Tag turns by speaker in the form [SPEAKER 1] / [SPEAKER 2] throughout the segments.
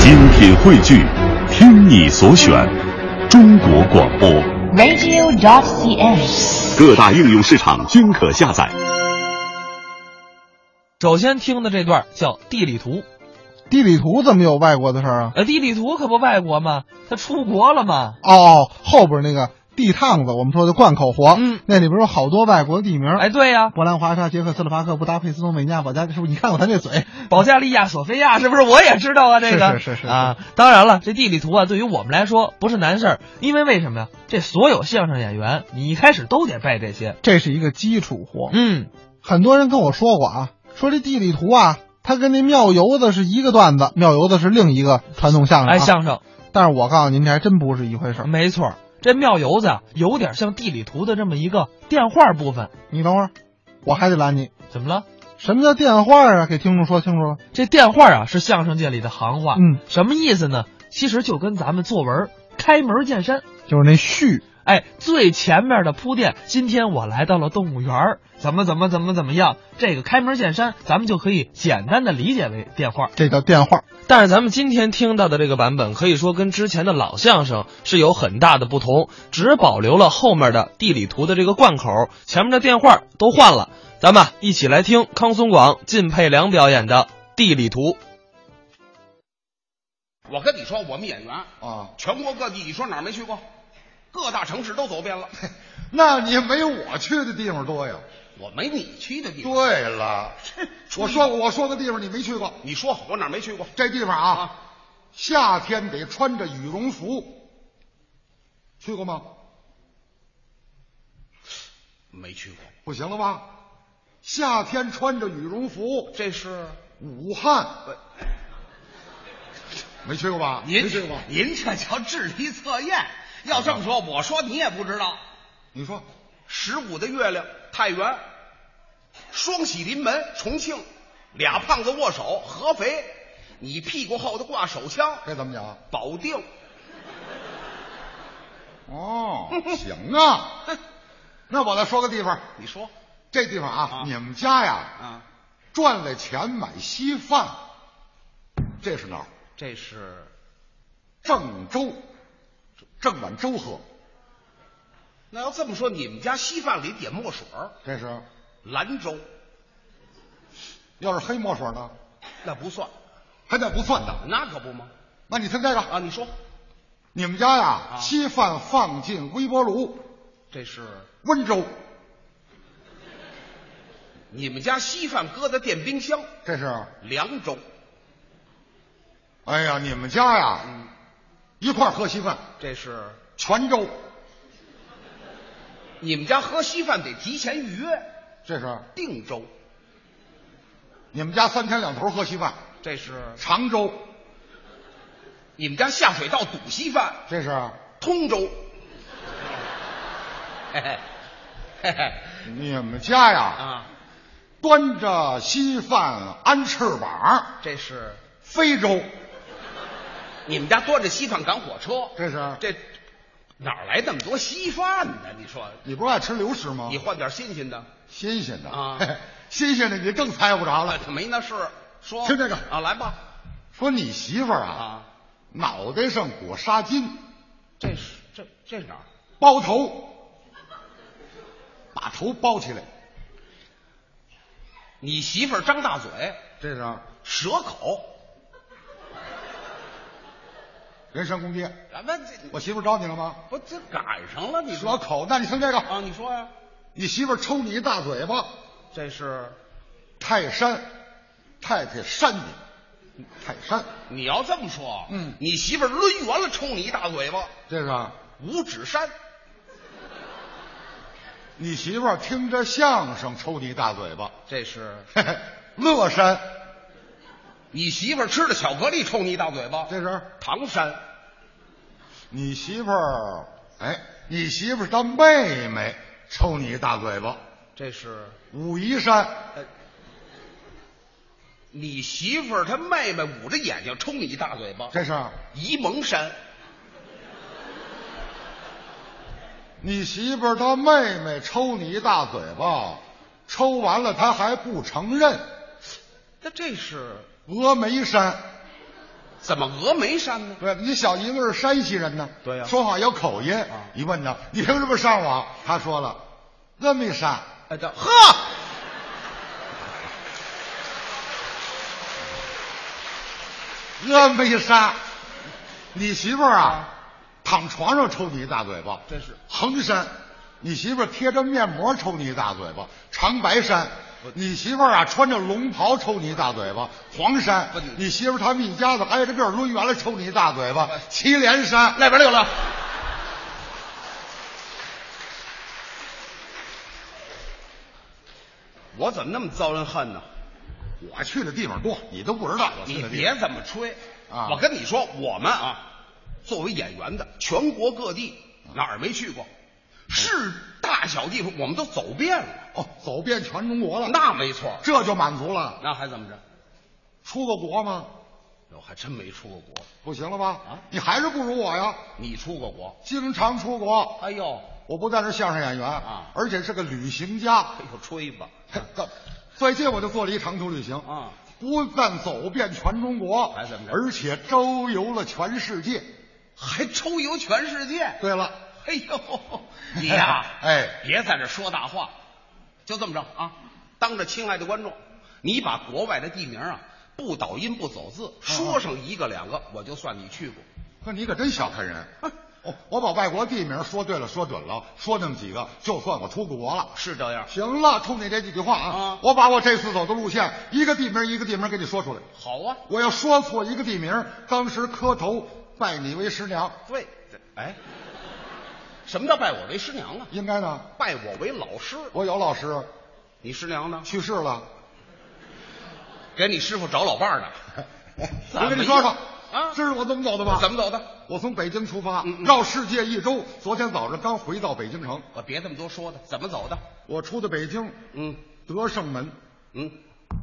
[SPEAKER 1] 精品汇聚，听你所选，中国广播。
[SPEAKER 2] radio.cn。
[SPEAKER 1] 各大应用市场均可下载。
[SPEAKER 3] 首先听的这段叫地理图，
[SPEAKER 4] 地理图怎么有外国的事儿啊？
[SPEAKER 3] 呃，地理图可不外国嘛，他出国了嘛。
[SPEAKER 4] 哦哦，后边那个地趟子，我们说的灌口活，
[SPEAKER 3] 嗯，
[SPEAKER 4] 那里边有好多外国地名，
[SPEAKER 3] 哎，，对呀，
[SPEAKER 4] 波兰、华沙、捷克斯洛伐克、布达佩斯、多美尼亚、保加利亚，是不是？你看我咱这嘴，
[SPEAKER 3] 保加利亚、索菲亚是不是？我也知道啊，这个
[SPEAKER 4] 是是是是
[SPEAKER 3] 啊。当然了，这地理图啊，对于我们来说不是难事儿，因为为什么呀？这所有相声演员，你一开始都得背这些。
[SPEAKER 4] 这是一个基础活。
[SPEAKER 3] 嗯，
[SPEAKER 4] 很多人跟我说过啊，说这地理图啊，它跟那庙游子是一个段子，庙游子是另一个传统相声、啊。
[SPEAKER 3] 哎，嗯相声
[SPEAKER 4] 但是我告诉您，这还真不是一回事儿。
[SPEAKER 3] 没错儿，这庙游子啊，有点像地理图的这么一个电话部分。
[SPEAKER 4] 你等会儿，我还得拦你。
[SPEAKER 3] 怎么了？
[SPEAKER 4] 什么叫电话啊？给听众说清楚了。
[SPEAKER 3] 这电话啊是相声界里的行话，
[SPEAKER 4] 嗯，
[SPEAKER 3] 什么意思呢？其实就跟咱们作文儿开门见山，
[SPEAKER 4] 就是那序，
[SPEAKER 3] 哎，最前面的铺垫。今天我来到了动物园儿，怎么怎么怎么怎么样？这个开门见山，咱们就可以简单的理解为电话。
[SPEAKER 4] 这叫电话。
[SPEAKER 3] 但是咱们今天听到的这个版本，可以说跟之前的老相声是有很大的不同，只保留了后面的地理图的这个贯口，前面的电话都换了。咱们啊一起来听康松广、靳佩良表演的地理图。
[SPEAKER 5] 我跟你说，我们演员
[SPEAKER 6] 啊
[SPEAKER 5] 全国各地，你说哪儿没去过？各大城市都走遍了，
[SPEAKER 6] 那你没我去的地方多呀。
[SPEAKER 5] 我没你去的地方。
[SPEAKER 6] 对 了，我说过我说的地方你没去过，
[SPEAKER 5] 你说我哪儿没去过？
[SPEAKER 6] 这地方啊，夏天得穿着羽绒服，去过吗？
[SPEAKER 5] 没去过，
[SPEAKER 6] 不行了吧？夏天穿着羽绒服，
[SPEAKER 5] 这是
[SPEAKER 6] 武汉没去过吧？没去过吧？
[SPEAKER 5] 您这叫智力测验。要这么说，我说你也不知道。
[SPEAKER 6] 你说
[SPEAKER 5] 十五的月亮，太原，双喜临门，重庆，俩胖子握手，合肥，你屁股后头挂手枪，
[SPEAKER 6] 这怎么讲？啊
[SPEAKER 5] 保定。
[SPEAKER 6] 哦，行啊。那我再说个地方，
[SPEAKER 5] 你说
[SPEAKER 6] 这地方啊
[SPEAKER 5] 啊，
[SPEAKER 6] 你们家呀，
[SPEAKER 5] 啊，
[SPEAKER 6] 赚了钱买稀饭，这是哪儿？
[SPEAKER 5] 这是
[SPEAKER 6] 郑州，郑碗粥喝，
[SPEAKER 5] 那要这么说，你们家稀饭里点墨水儿
[SPEAKER 6] 这是。
[SPEAKER 5] 兰州，
[SPEAKER 6] 要是黑墨水呢，
[SPEAKER 5] 那不算，
[SPEAKER 6] 还那不算呢。
[SPEAKER 5] 那可不吗？
[SPEAKER 6] 那你听这个
[SPEAKER 5] 啊，，你说
[SPEAKER 6] 你们家呀，稀饭放进微波炉，
[SPEAKER 5] 啊这是
[SPEAKER 6] 温州，
[SPEAKER 5] 你们家稀饭搁在电冰箱，
[SPEAKER 6] 这是。
[SPEAKER 5] 凉州，
[SPEAKER 6] 哎呀，你们家
[SPEAKER 5] 嗯
[SPEAKER 6] 呀，一块儿喝稀饭，
[SPEAKER 5] 这是
[SPEAKER 6] 泉州，
[SPEAKER 5] 你们家喝稀饭得提前预约，
[SPEAKER 6] 这是。
[SPEAKER 5] 定州，
[SPEAKER 6] 你们家三天两头喝稀饭，
[SPEAKER 5] 这是
[SPEAKER 6] 常州，
[SPEAKER 5] 你们家下水道堵稀饭，
[SPEAKER 6] 这是。
[SPEAKER 5] 通州，嘿嘿，嘿嘿，
[SPEAKER 6] 你们家呀，
[SPEAKER 5] 啊，
[SPEAKER 6] 端着稀饭安翅膀，
[SPEAKER 5] 这是
[SPEAKER 6] 非洲，
[SPEAKER 5] 你们家端着稀饭赶火车，
[SPEAKER 6] 这是。
[SPEAKER 5] 这哪儿来那么多稀饭呢？你说
[SPEAKER 6] 你不是爱吃流食吗？
[SPEAKER 5] 你换点新鲜的。
[SPEAKER 6] 新鲜的
[SPEAKER 5] 啊
[SPEAKER 6] 嘿嘿 新鲜的你更猜不着了
[SPEAKER 5] 啊。，没那事儿。说
[SPEAKER 6] 听这个
[SPEAKER 5] 啊，来吧。
[SPEAKER 6] 说你媳妇儿啊，
[SPEAKER 5] 啊
[SPEAKER 6] 脑袋上裹纱巾，
[SPEAKER 5] 这是这这是哪儿？
[SPEAKER 6] 包头，把头包起来，
[SPEAKER 5] 你媳妇儿张大嘴，
[SPEAKER 6] 这是
[SPEAKER 5] 蛇口。
[SPEAKER 6] 人身攻击。
[SPEAKER 5] 啊，那这
[SPEAKER 6] 我媳妇儿招你了吗？
[SPEAKER 5] 不这赶上了？你
[SPEAKER 6] 蛇
[SPEAKER 5] 说
[SPEAKER 6] 口，那你听这个，
[SPEAKER 5] 啊？你说呀、
[SPEAKER 6] 你媳妇儿抽你一大嘴巴，
[SPEAKER 5] 这是
[SPEAKER 6] 泰山，太太扇你，泰山，
[SPEAKER 5] 你要这么说，
[SPEAKER 6] 嗯
[SPEAKER 5] 你媳妇儿抡圆了抽你一大嘴巴，
[SPEAKER 6] 这是
[SPEAKER 5] 五指山。
[SPEAKER 6] 你媳妇儿听着相声抽你一大嘴巴，
[SPEAKER 5] 这是
[SPEAKER 6] 嘿嘿，乐山，
[SPEAKER 5] 你媳妇儿吃了巧克力抽你一大嘴巴，
[SPEAKER 6] 这是
[SPEAKER 5] 唐山。
[SPEAKER 6] 你媳妇儿，哎，你媳妇儿她妹妹抽你一大嘴巴。
[SPEAKER 5] 这是
[SPEAKER 6] 武夷山，
[SPEAKER 5] 你媳妇儿她妹妹捂着眼睛抽你一大嘴巴，
[SPEAKER 6] 这是
[SPEAKER 5] 沂蒙山。
[SPEAKER 6] 你媳妇儿她妹妹抽你一大嘴巴，抽完了她还不承认。
[SPEAKER 5] 那这是
[SPEAKER 6] 峨眉山，
[SPEAKER 5] 怎么峨眉山呢？
[SPEAKER 6] 对，你小姨子是山西人呢，
[SPEAKER 5] 对呀啊
[SPEAKER 6] 说话有口音。一问他，你凭什么上网？他说了，峨眉山。
[SPEAKER 5] 哎，这 呵，
[SPEAKER 6] 峨眉山，你媳妇儿啊，躺床上抽你一大嘴巴，
[SPEAKER 5] 真是
[SPEAKER 6] 衡山，你媳妇儿贴着面膜抽你一大嘴巴，长白山。你媳妇儿啊，穿着龙袍抽你一大嘴巴，黄山
[SPEAKER 5] 不你，
[SPEAKER 6] 你媳妇儿他们一家子挨着个儿抡圆了抽你一大嘴巴，祁连山那边有了。
[SPEAKER 5] 我怎么那么遭人恨呢？
[SPEAKER 6] 我去的地方多，你都不知道。我去
[SPEAKER 5] 你
[SPEAKER 6] 的地
[SPEAKER 5] 别
[SPEAKER 6] 方
[SPEAKER 5] 这么吹
[SPEAKER 6] 啊
[SPEAKER 5] 我跟你说，我们啊，作为演员的，全国各地哪儿没去过？是大小地方，我们都走遍了。哦
[SPEAKER 6] 哦，走遍全中国了，
[SPEAKER 5] 那没错，
[SPEAKER 6] 这就满足了。
[SPEAKER 5] 那还怎么着？
[SPEAKER 6] 出过国吗？
[SPEAKER 5] 我还真没出过国，
[SPEAKER 6] 不行了吧？
[SPEAKER 5] 啊
[SPEAKER 6] 你还是不如我呀！
[SPEAKER 5] 你出过国？
[SPEAKER 6] 经常出国，
[SPEAKER 5] 哎呦，
[SPEAKER 6] 我不但是相声演员
[SPEAKER 5] 啊
[SPEAKER 6] 而且是个旅行家。
[SPEAKER 5] 哎呦，吹吧！
[SPEAKER 6] 最近我就做了一长途旅行
[SPEAKER 5] 啊，
[SPEAKER 6] 不但走遍全中国，
[SPEAKER 5] 还怎么着
[SPEAKER 6] 而且周游了全世界。
[SPEAKER 5] 还周游全世界？
[SPEAKER 6] 对了，
[SPEAKER 5] 哎呦，你呀、
[SPEAKER 6] 哎
[SPEAKER 5] 别在这说大话，就这么着啊！当着亲爱的观众，你把国外的地名啊，不倒音不走字，说上一个两个，我就算你去过。
[SPEAKER 6] 呵，你可真小看人。
[SPEAKER 5] 哎
[SPEAKER 6] 我我把外国地名说对了，说准了，说那么几个，就算我出国了。
[SPEAKER 5] 是这样，
[SPEAKER 6] 行了，冲你这几句话啊，
[SPEAKER 5] 啊
[SPEAKER 6] 我把我这次走的路线一个地名一个地名给你说出来。
[SPEAKER 5] 好啊。
[SPEAKER 6] 我要说错一个地名，当时磕头拜你为师娘，
[SPEAKER 5] 对，这哎，什么叫拜我为师娘啊？
[SPEAKER 6] 应该呢。
[SPEAKER 5] 拜我为老师。
[SPEAKER 6] 我有老师
[SPEAKER 5] 你师娘呢？
[SPEAKER 6] 去世 了，
[SPEAKER 5] 给你师傅找老伴儿呢。
[SPEAKER 6] 我跟你说说
[SPEAKER 5] 啊
[SPEAKER 6] 这是我怎么走的吧？
[SPEAKER 5] 怎么走的？
[SPEAKER 6] 我从北京出发，
[SPEAKER 5] 嗯嗯
[SPEAKER 6] 绕世界一周，昨天早上刚回到北京城。
[SPEAKER 5] 我别这么多说的，怎么走的？
[SPEAKER 6] 我出的北京
[SPEAKER 5] 嗯
[SPEAKER 6] 德胜门，
[SPEAKER 5] 嗯，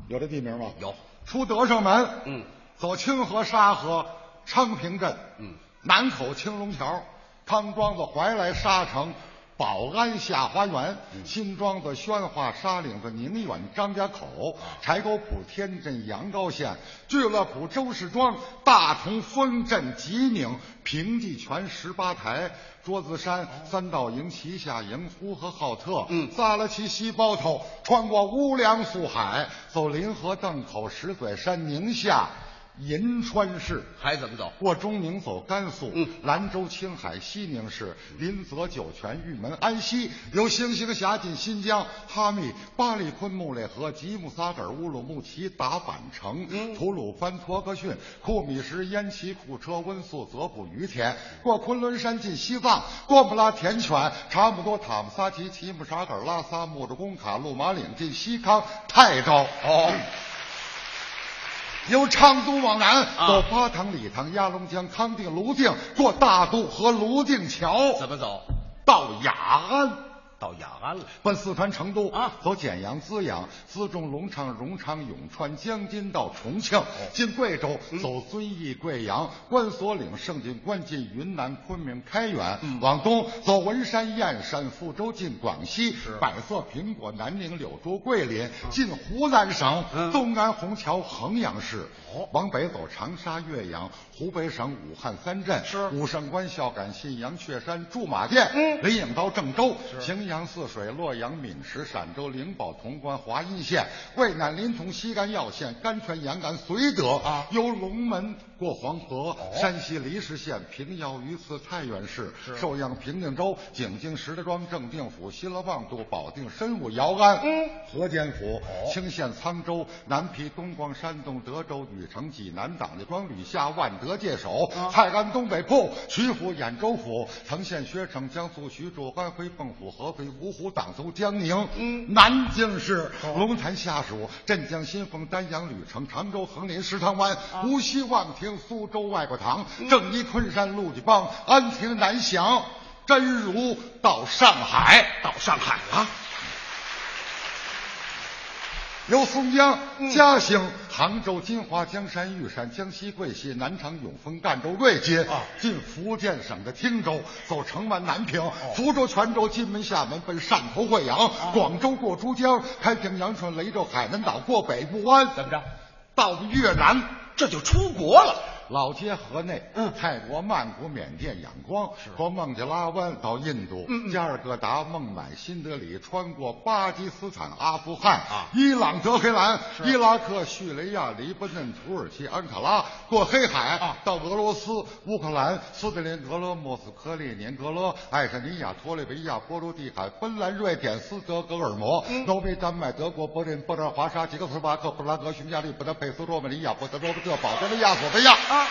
[SPEAKER 6] 有这地名吗？
[SPEAKER 5] 有。
[SPEAKER 6] 出德胜门，
[SPEAKER 5] 嗯，
[SPEAKER 6] 走清河、沙河、昌平镇，
[SPEAKER 5] 嗯，
[SPEAKER 6] 南口青龙桥、汤庄子、怀来沙城、宝安下花园、
[SPEAKER 5] 嗯
[SPEAKER 6] 新庄子、宣化、沙岭子、宁远、张家口、
[SPEAKER 5] 啊
[SPEAKER 6] 柴沟浦、天镇、阳高县、聚乐浦、周市庄、大同、丰镇、集宁、平地泉、十八台、桌子山、三道营、旗下营、呼和浩特、
[SPEAKER 5] 嗯
[SPEAKER 6] 萨拉齐西包头，穿过乌梁肃海，走临河、磴口、石嘴山、宁夏、银川市。
[SPEAKER 5] 还怎么走？
[SPEAKER 6] 过中宁走甘肃，
[SPEAKER 5] 嗯
[SPEAKER 6] 兰州、青海、西宁市、临泽、酒泉、玉门、安溪，由兴兴峡进新疆、哈密、巴里坤、木垒河、吉木撒格尔、乌鲁木齐、达坂城、吐鲁番、托克逊、库米什、焉耆、库车、温宿、泽普、于田，过昆仑山进西藏，过布拉田泉、查木多、塔木萨提、齐木沙格尔、拉萨、莫着工卡、路马岭进西康、泰州。哦。由昌都往南
[SPEAKER 5] 啊
[SPEAKER 6] 走八塘、礼堂、鸭龙江、康定、泸定，过大渡河、泸定桥，
[SPEAKER 5] 怎么走？
[SPEAKER 6] 到雅安？
[SPEAKER 5] 到雅安了。
[SPEAKER 6] 奔四川成都
[SPEAKER 5] 啊
[SPEAKER 6] 走简阳、资阳、资中、隆昌、荣昌、永川、江津到重庆，
[SPEAKER 5] 哦
[SPEAKER 6] 进贵州，
[SPEAKER 5] 嗯
[SPEAKER 6] 走遵义、贵阳、关索岭、盛京、关进云南、昆明、开远，
[SPEAKER 5] 嗯
[SPEAKER 6] 往东走文山、燕山、富州进广西，百色苹果、南宁、柳州、桂林，进湖南省
[SPEAKER 5] 啊嗯
[SPEAKER 6] 东安、虹桥、衡阳市
[SPEAKER 5] 哦，
[SPEAKER 6] 往北走长沙、岳阳、湖北省武汉三镇，
[SPEAKER 5] 是
[SPEAKER 6] 武胜关、孝感、信阳、确山、驻马店，
[SPEAKER 5] 嗯
[SPEAKER 6] 林颖到郑州、荥阳、泗水、洛阳、渑池、陕州、灵宝、潼关、华阴县、渭南、临潼、西干、耀县、甘泉、阳干、绥德
[SPEAKER 5] 啊哦
[SPEAKER 6] 由龙门过黄河，山西离石县、平遥、榆次、太原市、寿阳、平定州、景京、石家庄、正定府、新罗望都、保定、申武、姚安、
[SPEAKER 5] 嗯哦
[SPEAKER 6] 河间府、清县、沧州、南皮、东光、山东、德州、禹城、济南、党家庄、吕夏、万德、界首、
[SPEAKER 5] 啊
[SPEAKER 6] 泰安、东北铺、徐府、兖州府、藤县、薛城、江苏徐州、安徽蚌埠、合肥、芜湖、党州、江宁、
[SPEAKER 5] 嗯哦
[SPEAKER 6] 南京市、龙潭下属、镇江新丰、丹阳、吕城、常州、横林、石塘湾、
[SPEAKER 5] 啊
[SPEAKER 6] 无锡、望亭、苏州、外国堂、
[SPEAKER 5] 嗯
[SPEAKER 6] 正一、昆山、陆家浜、安亭、南翔、真如到上海。
[SPEAKER 5] 到上海了。
[SPEAKER 6] 由松江、嘉兴、杭州、金华、江山、玉山、江西、贵溪、南昌、永丰、赣州、瑞金，
[SPEAKER 5] 啊
[SPEAKER 6] 进福建省的汀州，走城门南平、福州、泉州、金门、厦门，奔汕头、惠阳、广州，过珠江、开平、阳春、雷州、海南岛，过北部湾，
[SPEAKER 5] 怎么着？
[SPEAKER 6] 到越南，
[SPEAKER 5] 这就出国了。
[SPEAKER 6] 老街河内，
[SPEAKER 5] 嗯
[SPEAKER 6] 泰国曼谷、缅甸仰光，从孟加拉湾到印度，
[SPEAKER 5] 嗯嗯
[SPEAKER 6] 加尔各答、孟买、新德里，穿过巴基斯坦、阿富汗、
[SPEAKER 5] 啊
[SPEAKER 6] 伊朗、德黑兰、伊拉克、叙利亚、黎巴嫩、土耳其、安卡拉，过黑海、到俄罗斯、乌克兰、斯德林格勒、莫斯科、列宁格勒、爱沙尼亚、托利维亚、波罗的海、芬兰、瑞典、斯德哥尔摩、挪威、丹麦、德国、柏林、波兰、华沙、捷克斯洛伐克、布拉格、匈牙利、布达佩斯、罗马尼亚、波德罗伯特、保加利亚、索菲亚。
[SPEAKER 5] 啊，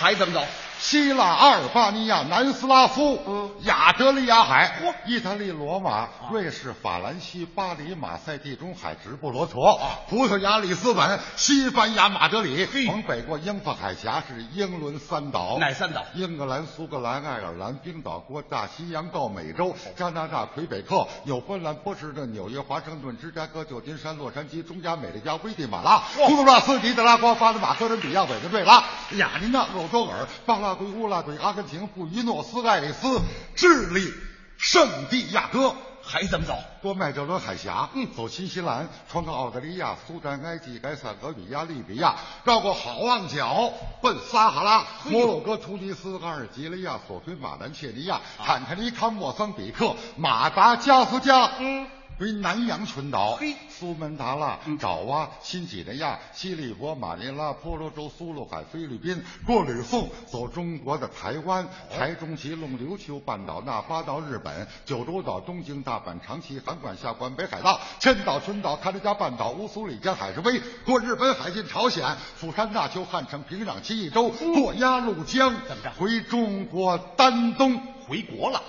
[SPEAKER 5] 还怎么着？
[SPEAKER 6] 希腊、阿尔巴尼亚、南斯拉夫、
[SPEAKER 5] 嗯
[SPEAKER 6] 亚得里
[SPEAKER 5] 嚯
[SPEAKER 6] 亚
[SPEAKER 5] 啊
[SPEAKER 6] 海、意大利罗马、瑞士法兰西、巴黎、马赛、地中海、直布罗陀、
[SPEAKER 5] 啊
[SPEAKER 6] 葡萄牙里斯本、西班牙马德里，往北过英法海峡是英伦三岛，
[SPEAKER 5] 哪三岛
[SPEAKER 6] 英格兰、苏格兰、爱尔兰、冰岛、过大西洋到美洲，加拿大魁北克有芬兰、波士顿、纽约、华盛顿、芝加哥、旧金山、洛杉矶、中加美利加、危地马拉、洪都拉斯、尼德拉瓜、巴拿马、哥伦比亚、委内瑞拉、雅典娜、厄多尔、巴拉圭、乌拉圭、阿根廷、布宜诺斯艾利斯、智利、圣地亚哥。
[SPEAKER 5] 还怎么着？
[SPEAKER 6] 过麦哲伦海峡，嗯，走新西兰，穿过澳大利亚、苏丹、埃及、该塞俄比亚、利比亚，绕过好望角，奔撒哈拉，摩洛哥、突尼斯、阿尔及利亚、索菲马兰、切尼亚、坦克尼康、莫桑比克、马达加斯加，
[SPEAKER 5] 嗯。
[SPEAKER 6] 归南洋群岛
[SPEAKER 5] 嘿，嗯
[SPEAKER 6] 苏门答腊、爪哇、新几内亚、西利伯、马尼拉、婆罗洲、苏禄海、菲律宾，过吕宋，走中国的台
[SPEAKER 5] 哦
[SPEAKER 6] 湾、台中旗、弄琉球半岛、那巴到日本、九州岛、东京、大阪、长崎、函馆、下关、北海道、千岛、春岛、勘察加半岛、乌苏里江、海参崴，过日本海进朝鲜、釜山、大邱、汉城、平壤、七义州，过鸭绿江，
[SPEAKER 5] 哦怎么着
[SPEAKER 6] 回中国丹东，
[SPEAKER 5] 回国了。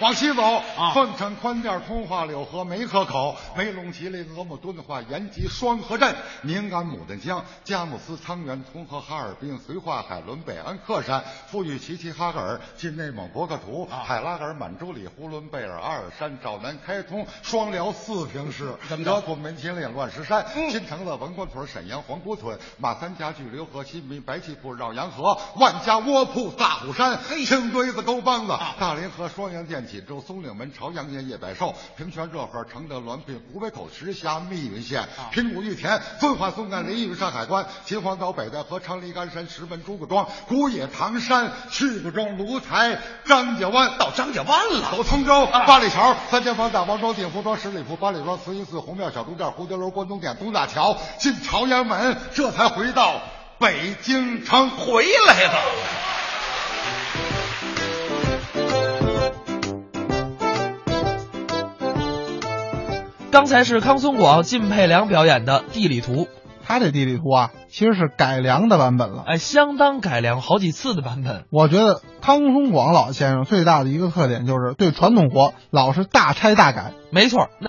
[SPEAKER 6] 往西走
[SPEAKER 5] 啊
[SPEAKER 6] 凤城、宽甸、通化、柳河、梅河口、梅陇、吉林、俄木、敦化、延吉、双河镇、宁安、牡丹江、佳木斯、沧源、通河、哈尔滨、绥化、海伦、北安、克山、富裕、齐齐哈尔、晋内蒙、博克图、
[SPEAKER 5] 啊
[SPEAKER 6] 海拉尔、满洲里、呼伦贝尔、阿尔山、赵南、开通、双辽、四平市、
[SPEAKER 5] 怎么着嗯
[SPEAKER 6] 德国门前岭、乱石山、新城乐、文官屯、沈阳皇姑屯、马三家具、刘河、新民、白旗铺、绕阳河、万家窝铺、大虎山、
[SPEAKER 5] 哎
[SPEAKER 6] 青堆子、沟帮子、
[SPEAKER 5] 啊
[SPEAKER 6] 大连河、双阳涧、锦州、松岭门、朝阳县、叶百寿、平泉、热河、承德、滦平、古北口、石峡、密云县、
[SPEAKER 5] 啊
[SPEAKER 6] 平谷、玉田、遵化、松干、临沂、上海关、秦皇岛、北戴河、昌黎、鞍山、石门、朱各庄、古冶、唐山、去过庄、芦台、张家湾。
[SPEAKER 5] 到张家湾了，啊
[SPEAKER 6] 走通州、八里桥、三间房、大王庄、定福庄、十里铺、八里庄、慈云寺、红庙、小东店、蝴蝶楼、关东店、东大桥，进朝阳门，这才回到北京城。
[SPEAKER 5] 回来了。
[SPEAKER 3] 刚才是康松广、靳佩良表演的地理图，
[SPEAKER 4] 他这地理图啊，其实是改良的版本了。
[SPEAKER 3] 哎，相当改良好几次的版本。
[SPEAKER 4] 我觉得汤松广老先生最大的一个特点就是对传统活老是大拆大改。
[SPEAKER 3] 没错，